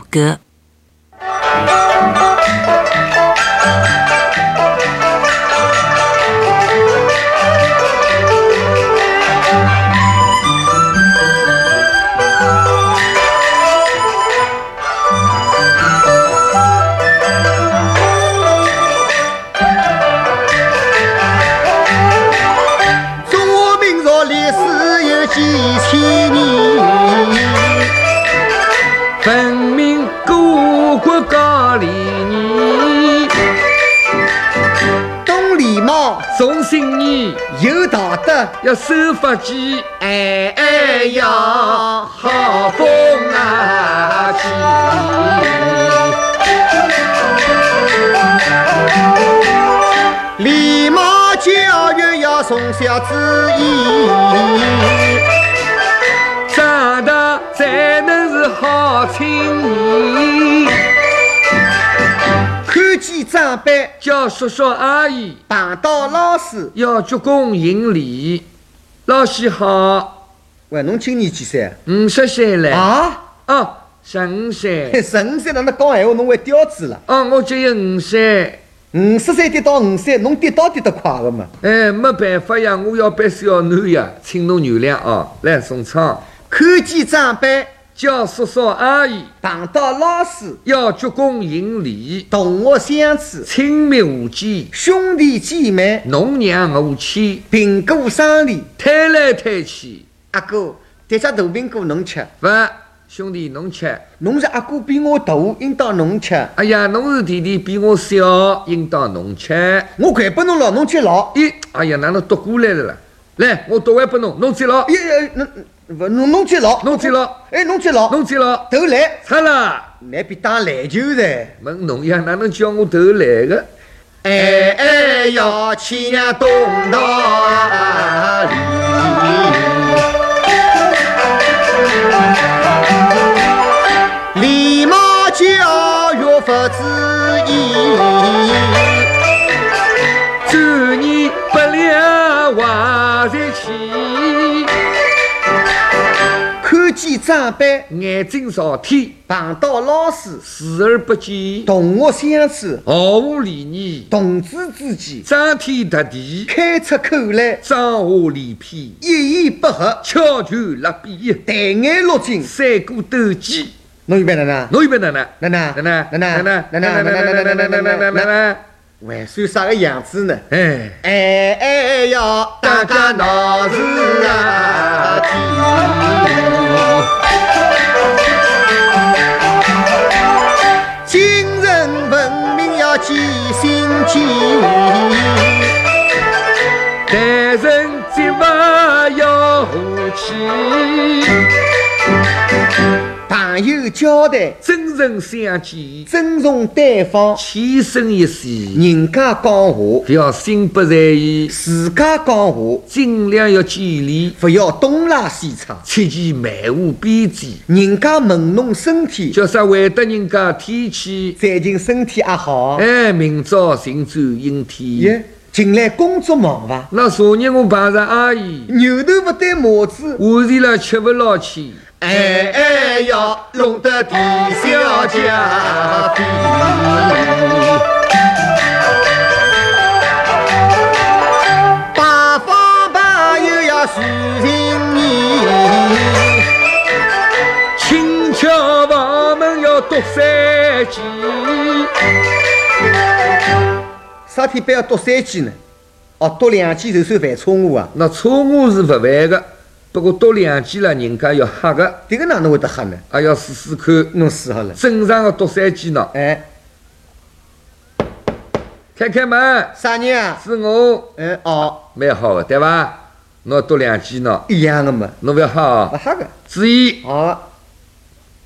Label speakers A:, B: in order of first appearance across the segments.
A: 好歌。
B: 说明着历史有几千年，
C: 文明古国高丽人，
B: 懂礼貌，
C: 重信义，
B: 有道德，
C: 要守法纪，哎哎呀，好风啊气！
B: 礼貌教育要从小注意，
C: 长大才能是好青年，
B: 看见长辈，
C: 叫叔叔阿姨
B: 碰到老师，
C: 要鞠躬行礼。老师好，
B: 喂，侬今年几岁？
C: 五十岁了，
B: 啊，
C: 哦，十五岁，
B: 十五岁了，那讲闲话侬会刁嘴了。
C: 哦，我只有五岁。
B: 五十岁跌到五岁，侬跌倒跌得快的嘛？
C: 哎，没办法呀，我要扮小囡呀，请侬原谅啊。来，宋昌，
B: 看见长辈，
C: 叫叔叔阿姨
B: 碰到老师，
C: 要鞠躬行礼，
B: 同学相处，
C: 亲密无间，
B: 兄弟姐妹，
C: 侬娘我妻，
B: 苹果生理，
C: 推来推去，
B: 阿哥，迭只大苹果侬吃，
C: 不，兄弟侬吃。
B: 侬是阿哥比我大，应当侬吃。
C: 哎呀，侬是弟弟，比我小，应当侬吃。
B: 我掼拨侬了，侬去老。
C: 咦，哎呀，哪能夺过来了啦？来，我夺还拨侬，侬接牢
B: 哎，哎，侬勿侬侬去老，
C: 侬接牢，
B: 哎，侬去老，
C: 侬接牢，
B: 投篮，
C: 擦啦！
B: 那比打篮球噻。
C: 问侬呀，哪能叫我投来个？
B: 哎哎呀，去年东道里。礼貌教育不注意，
C: 周年不了怀才气，
B: 看见长辈
C: 眼睛朝天，
B: 碰到老师，
C: 视而不见，
B: 同学相处，
C: 毫无理念，
B: 同志之间
C: 张天搭地，
B: 开出口来，
C: 张华离偏，
B: 一言不合，
C: 翘拳勒臂，
B: 抬眼落睛。
C: 三股斗鸡。
B: 侬有办哪能？
C: 侬又别哪能？
B: 哪能？
C: 哪能？
B: 哪能？哪能？哪能？哪能？哪能？哪能？哪能？还算啥个样子呢？
C: 哎，
B: 哎哎呀，大家闹事啊！精神文明要记心记，
C: 待人接物要和气，
B: 朋友交代，
C: 真诚相见，
B: 尊重对方，
C: 千生一世，
B: 人家讲话，
C: 不要心不在焉，
B: 自家讲话，
C: 尽量要建立，
B: 不要东拉西扯。
C: 切忌漫无边际。
B: 人家问侬身体，
C: 叫啥？回答人家天气，
B: 最近身体还好？
C: 哎，明朝晴转阴天。
B: 耶，近来工作忙伐？
C: 那昨日我碰着阿姨，
B: 牛头不对马嘴。
C: 我是了吃不落去，
B: 哎哎呀，弄得啼笑皆非。八方朋友要传情意，
C: 轻敲房门要读三记。
B: 啥天班要读三季呢？哦，读两季就算犯错误啊？
C: 那错误是勿犯个，不过多两记了，人家要吓个，
B: 迭个哪能会得吓呢？
C: 也要试试看。
B: 弄死好了。
C: 正常的读三记呢，
B: 哎，
C: 开开门，
B: 啥人啊？
C: 是我，
B: 哎哦，
C: 蛮好的，对伐？侬要读两记呢，
B: 一样的嘛，
C: 侬勿要吓
B: 勿
C: 哦，
B: 吓个。
C: 注意，
B: 哦，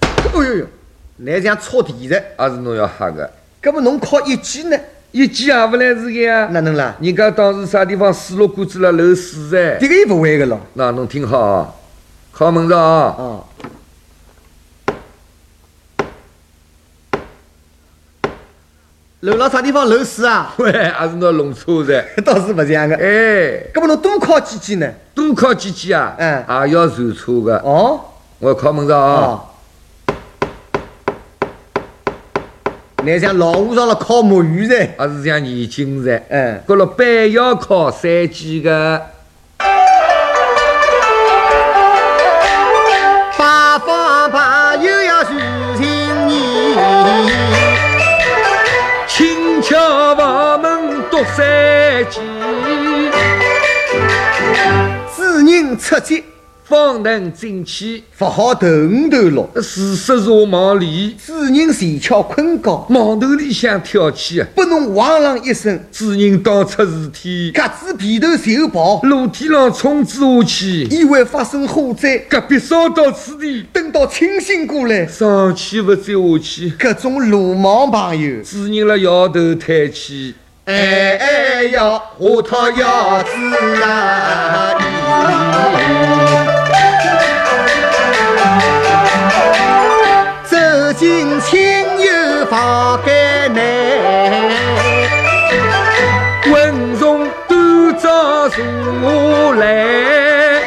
B: 哎呦呦，来像抄题的，
C: 也是侬要吓个。
B: 搿么侬考一级呢？
C: 一记也勿来事个呀，
B: 哪能啦？
C: 人家当时啥地方水落管子了漏水哎，
B: 迭个又勿会个咯。
C: 那侬听好啊，敲门上啊，
B: 哦，漏了啥地方漏水啊？
C: 喂，也是侬弄错噻。
B: 倒是勿像个。
C: 哎，
B: 搿么侬多考几级呢？
C: 多敲几记啊，
B: 嗯
C: 也要算错个。
B: 哦，
C: 啊我敲门上啊。
B: 哦，那像老和尚了烤墨鱼噻，
C: 还是像年轻人，
B: 嗯
C: 搿老板要靠三几个，
B: 八方朋友要传情意。
C: 轻巧房门多三几，
B: 主人出去
C: 方能进去，
B: 不好头五头六，
C: 自色茶忙里，
B: 主人前巧困觉，
C: 忙头里向跳起，
B: 拨侬汪啷一声，
C: 主人当出事体，
B: 夹子皮头就跑，
C: 楼梯上冲之下去，
B: 意外发生火灾，
C: 隔壁烧到此地，
B: 等到清醒过来，
C: 上去不追下去，
B: 各种鲁莽朋友，
C: 主人了摇头叹气，
B: 哎哎呀，我讨要子啊！走进亲友房间内。
C: 温从端着茶来，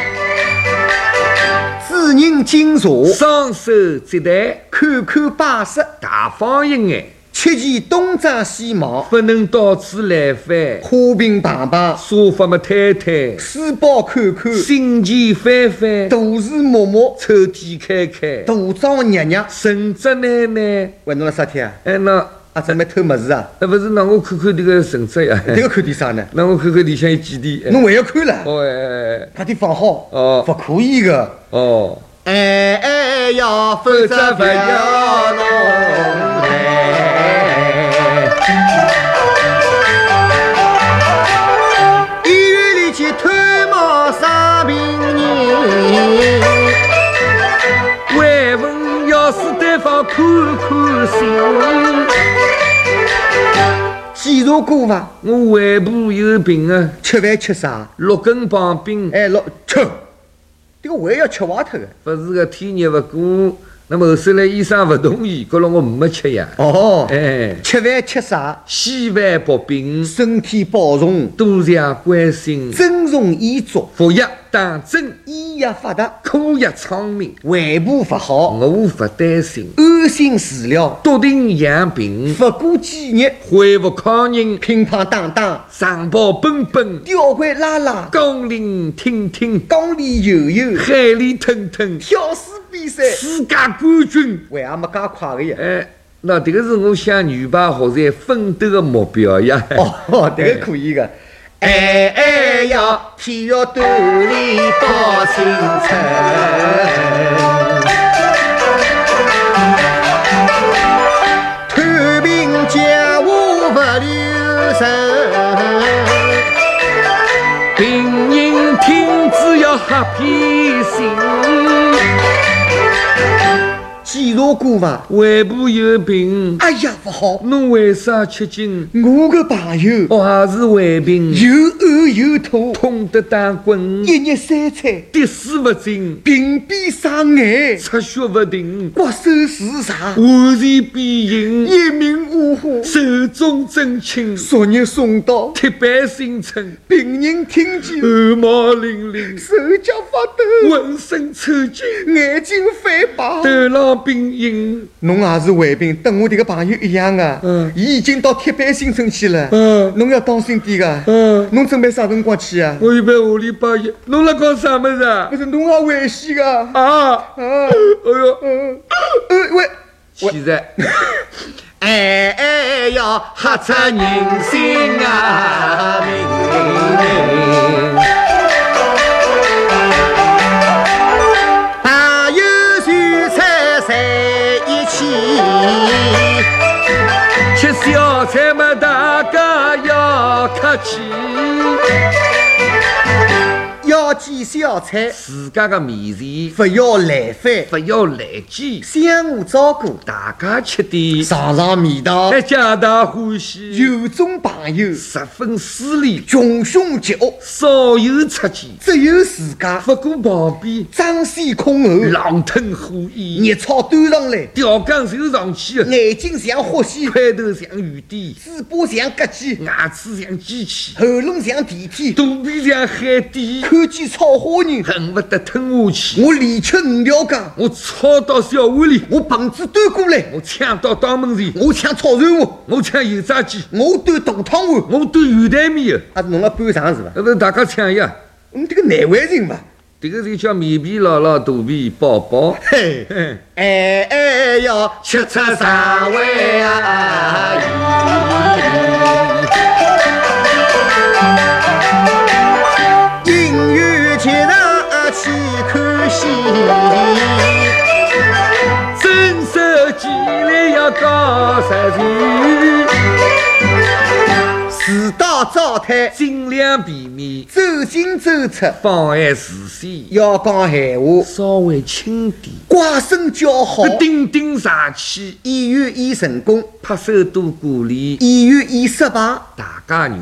B: 主人敬茶，
C: 双手接待。
B: 看看摆设，
C: 大方一眼，
B: 切忌东张西望，
C: 不能到处来翻，
B: 花瓶摆摆，
C: 沙发么摊摊，
B: 书包看看，
C: 信件翻翻，
B: 大事默默，
C: 抽屉开开，
B: 大张热热。
C: 绳子奶奶，
B: 喂，侬辣啥体啊？
C: 哎那，
B: 啊，准备偷么子啊？
C: 那不是让我看看这个绳子呀？
B: 这个看点啥呢？
C: 让我看看里向有几点？哎
B: 侬还要看了？
C: 哦哎
B: 快点放好。
C: 哦
B: 不可以的。
C: 哦，
B: 哎哎呀，否
C: 则不要弄
B: 来。医院里去探望伤病人。
C: 外问要是对方看看心，
B: 检查过伐？
C: 我胃部有病啊，
B: 吃饭吃啥？
C: 六根棒冰，
B: 哎，老吃，这个胃要吃坏脱的。
C: 不是个天热不过，那么后首来医生不同意，觉着我没吃呀。
B: 哦，
C: 哎，
B: 吃饭吃啥？
C: 稀饭薄饼，
B: 身体保重，
C: 多谢关心，
B: 增重医足，
C: 服药打针，
B: 医药发达，
C: 科学昌明，
B: 胃部不好，
C: 我无法担心，
B: 安心治疗，
C: 笃定养病，
B: 不过几日
C: 恢复康宁，
B: 乒乓当当，
C: 长跑奔奔，
B: 吊拐拉拉，
C: 杠铃挺挺，
B: 缸里游游，
C: 海里腾腾，
B: 跳水比赛，
C: 世界冠军。
B: 胃也没介快的呀。
C: 哎，那这个是我向女排学习奋斗的目标呀。
B: 哦，这个可以的。哎哎呀，体育锻炼到青春。看病讲话不留神，
C: 病人听之要喝偏心，
B: 检查过伐？
C: 胃部有病，
B: 哎呀，不好，
C: 侬为啥吃惊？
B: 我个朋友
C: 我也是胃病，
B: 又饿又吐，
C: 痛得打滚，
B: 一日三餐
C: 滴水不进，
B: 病比啥眼，
C: 出血不停，
B: 刮手自杀，
C: 完全变形，
B: 一命呜呼，
C: 手中真青，
B: 昨日送到。
C: 铁板生沉，
B: 病人听见
C: 汗毛淋漓，
B: 手脚发抖，
C: 浑身抽筋，
B: 眼睛翻白。
C: 头浪冰硬。
B: 侬也是胃病，跟我这个朋友一样啊。
C: 嗯
B: 伊已经到铁板新城去了。
C: 嗯
B: 侬要当心点啊。
C: 嗯，
B: 侬准备啥辰光去啊？
C: 我预备下礼拜一，侬辣搞啥么子啊
B: 不？是侬也危险 啊。
C: 啊，
B: 啊，
C: 哎呦，
B: 嗯，呃喂，
C: 现在。
B: 哎哎呀，吓出人心啊！ 大啊有全菜在一起。
C: 吃小菜嘛，大家要客气，
B: 要见小菜，
C: 自家的面前
B: 不要来犯，
C: 不要来记，
B: 相互照顾，
C: 大家吃点，
B: 尝尝味道
C: 还，皆大欢喜，
B: 有种朋友，
C: 十分疏离，
B: 穷凶极恶，
C: 少有出见，
B: 只有自家
C: 不顾旁边
B: 争先恐后，
C: 狼吞虎咽，
B: 热炒端上来，
C: 吊杠就上去，
B: 眼睛像火线，
C: 块头像雨滴，
B: 嘴巴像割鸡，
C: 牙齿像机器，
B: 喉咙像电梯，
C: 肚皮像海底，
B: 看见草吵吓人。
C: 恨不得吞下去。
B: 我连吃五条街，
C: 我抄到小碗里，
B: 我棒子端过来，
C: 我抢到当门前，
B: 我抢炒蒜糊，
C: 我抢油炸鸡，
B: 哦我端大汤碗。
C: 我端圆蛋面的，
B: 啊，侬个搬上是伐？
C: 要不大家抢一下。
B: 你嗯这个难为人嘛！
C: 这个就叫面皮牢牢，肚皮饱饱。
B: 嘿，
C: 嘿
B: 哎哎呀，吃出三味啊！音乐节上去看戏，
C: 伸手进来要搞十钱，
B: 迟到早退，
C: 尽量避免
B: 走进走出，
C: 妨碍视线，
B: 要讲闲话，
C: 稍微轻点，
B: 怪声叫好，
C: 顶顶上去，
B: 演员演成功，
C: 拍手多鼓励，
B: 演员演失败，
C: 大家原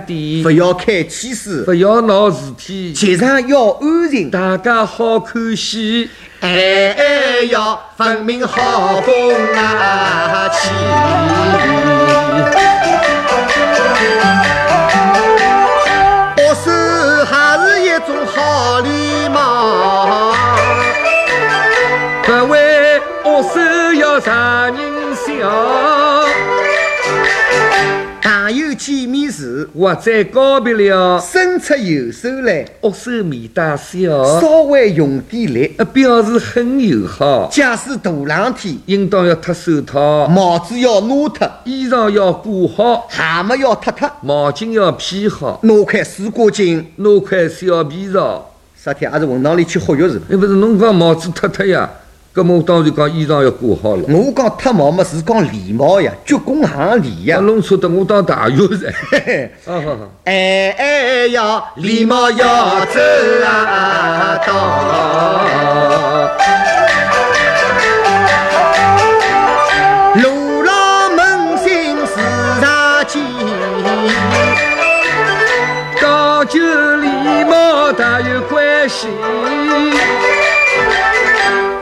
C: 谅点
B: 不，要开气势，
C: 不要闹事体，
B: 剧场要安静。
C: 大家好看戏。
B: 哎哎呀，分明好风啊起！握手还是一种好礼貌，
C: 不为恶手要让人笑，
B: 朋友见面时
C: 或者告别了，
B: 伸出右手来，
C: 恶手面带笑，
B: 稍微用点力。
C: 呃，表示很友好。
B: 假使大冷天，
C: 应当要脱手套，
B: 帽子要拿脱，
C: 衣裳要裹好，
B: 鞋么要脱脱，
C: 毛巾要披好，
B: 拿块水果巾。
C: 拿块小皮草。
B: 啥天也是文堂里去喝药是吧？
C: 哎，不是，侬讲帽子脱脱呀？搿么我当然讲衣裳要裹好了。
B: 我讲脱毛么是讲礼貌呀，鞠躬行礼呀
C: 啊，。弄错的我当大浴噻。啊，好好。
B: 哎哎呀，礼貌要走啊到，路老门心是大间，
C: 讲究礼貌大有关系，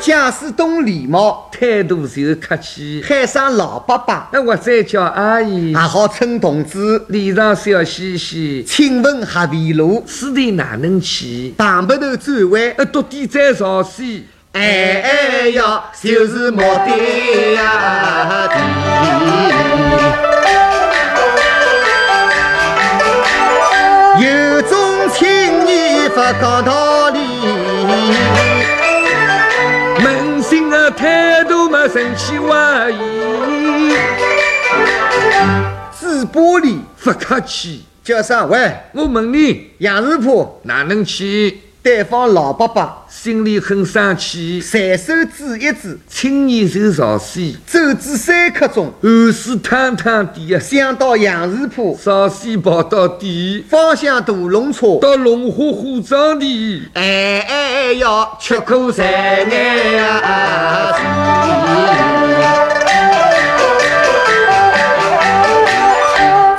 B: 假使懂礼貌，
C: 态度就客气。
B: 喊声老伯伯，
C: 那或者叫阿姨
B: 也，好称同志，
C: 脸上笑嘻嘻，
B: 请问合肥路
C: 此地哪能去？
B: 旁白头转弯，
C: 呃，到底在朝鲜。
B: 哎哎呀，就是目的呀有种青年不讲道理，
C: 扪心的态度没生气怀疑，
B: 嘴巴里
C: 不客气。
B: 叫啥？喂，
C: 我问你
B: 杨师傅，
C: 哪能去？
B: 对方老伯伯，
C: 心里很生气，
B: 随手指一指，
C: 青年受朝鲜，
B: 走至三刻钟，
C: 汗水淌淌地啊！
B: 想到杨师傅，
C: 朝鲜跑到底，
B: 方向大龙车，
C: 到龙华火葬地，
B: 哎哎呀，吃苦才爱呀！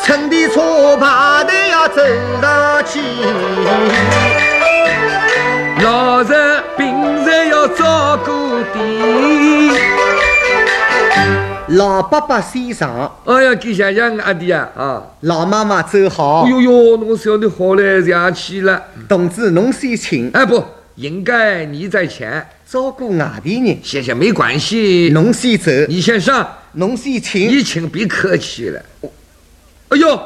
B: 乘的车排队要走上去，
C: 老实平时要照顾点。
B: 老伯伯先上，
C: 哎呀，给谢谢我阿弟啊！啊，
B: 老妈妈走好
C: 哎。呦呦，侬晓得好嘞，想去了。
B: 同志，侬先请，
C: 哎不，应该你在前。
B: 照顾外地人。
C: 谢谢，没关系。
B: 侬先走，
C: 你先上，
B: 侬先请，
C: 你请别客气了。哎呦，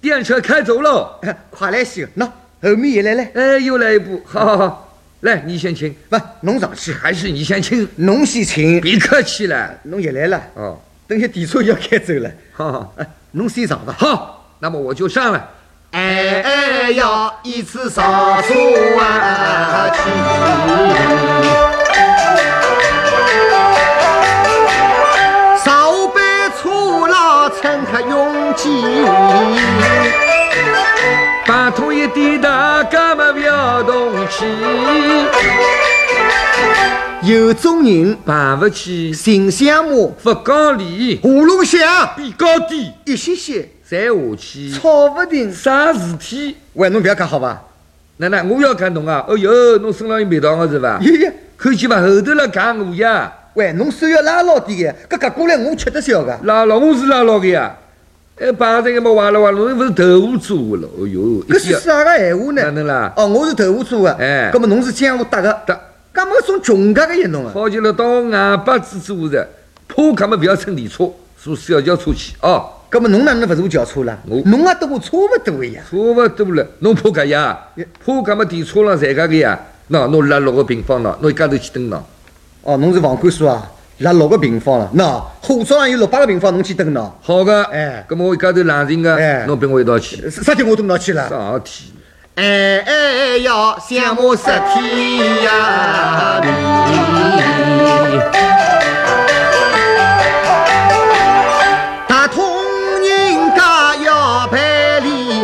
C: 电车开走了，
B: 快来些。喏，后面也来来，
C: 哎，又来一步，好好好，来，你先请，
B: 不，侬上去，
C: 还是你先请，
B: 侬先请，
C: 别客气了。
B: 侬也来了，
C: 哦，
B: 等下电车要开走了。
C: 好好
B: 哎，侬先上吧。
C: 好，那么我就上了。
B: 哎哎呀，一次上车啊去。上下班车老乘客拥挤，
C: 拜托一点，大家嘛不要动气，
B: 有种人
C: 办不起，
B: 寻香么，
C: 不讲理，
B: 喉咙响，
C: 比高低，
B: 一些些
C: 再下去，
B: 吵不定。
C: 啥事体？
B: 喂，侬不要讲好吧？
C: 奶奶，我要看侬啊！哎哟，侬身浪有味道个是伐？
B: 爷爷，
C: 看见伐？后头辣讲我呀，
B: 喂，侬手要拉牢点个，搿夹过来我吃得消个。
C: 拉牢我是拉牢个呀。哎，摆这个么歪了歪了，侬勿是豆腐做的了？哦哟，
B: 搿是啥个闲话
C: 哪
B: 呢？
C: 能啦？
B: 哦，我是头户做的，
C: 哎
B: 葛末侬是江湖搭个，
C: 搭
B: 搿么送穷家个一弄啊？
C: 好极了，到外八子做的，怕他们不要乘电车，坐小轿车去啊，
B: 葛末侬哪能勿坐轿车啦？
C: 我
B: 侬也啊跟我差勿多一样。
C: 差勿多了。侬怕搿呀
B: 也？
C: 怕搿么电车上站家个呀？喏，侬拉六个平方喏，侬一家头去蹲喏。
B: 哦，侬是房管所啊？拉六个平方了，喏，火车上有六百个平方，侬去蹲喏。
C: 好个，
B: 哎
C: 搿么我一家头冷静个
B: 哎，
C: 侬陪我一道去。
B: 啥天我蹲到去了？
C: 啥天？
B: 哎哎呀，想我十天呀！大通人家要赔礼，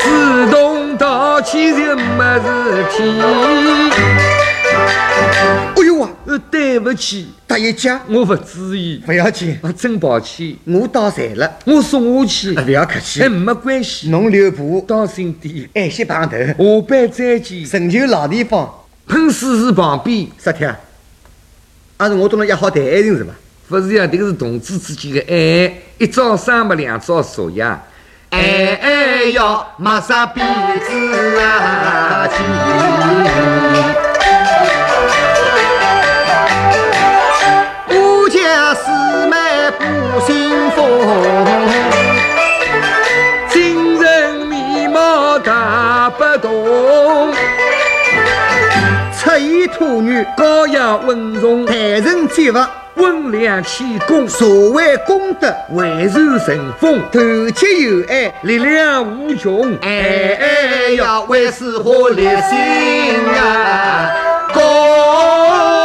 C: 自动道歉就没事体。
B: 哎呦啊，
C: 呃，对不起，
B: 大爷家
C: 我勿注意，
B: 不要紧，
C: 啊，真抱歉，
B: 我到站了，
C: 我送下去
B: 啊，不要客气
C: 哎，，没关系，
B: 侬留步，哎
C: 当心点，
B: 爱惜棒头，
C: 下班再见。
B: 成就老地方。
C: 喷水池旁边，
B: 啥天啊？也啊是我蹲了一号台爱情是吧？
C: 勿是呀，啊迭个是同志之间的爱，一朝生不两朝熟呀。
B: 哎哎哟，马上鼻子啊紧！我家四妹不信风，
C: 精神面貌大不同，
B: 出言吐语，
C: 高雅稳重，
B: 待人接物，
C: 温良谦恭，
B: 社会公德，
C: 蔚然成风，
B: 团结友爱。
C: 力量无穷。
B: 哎哎呀，为水花立心啊，高。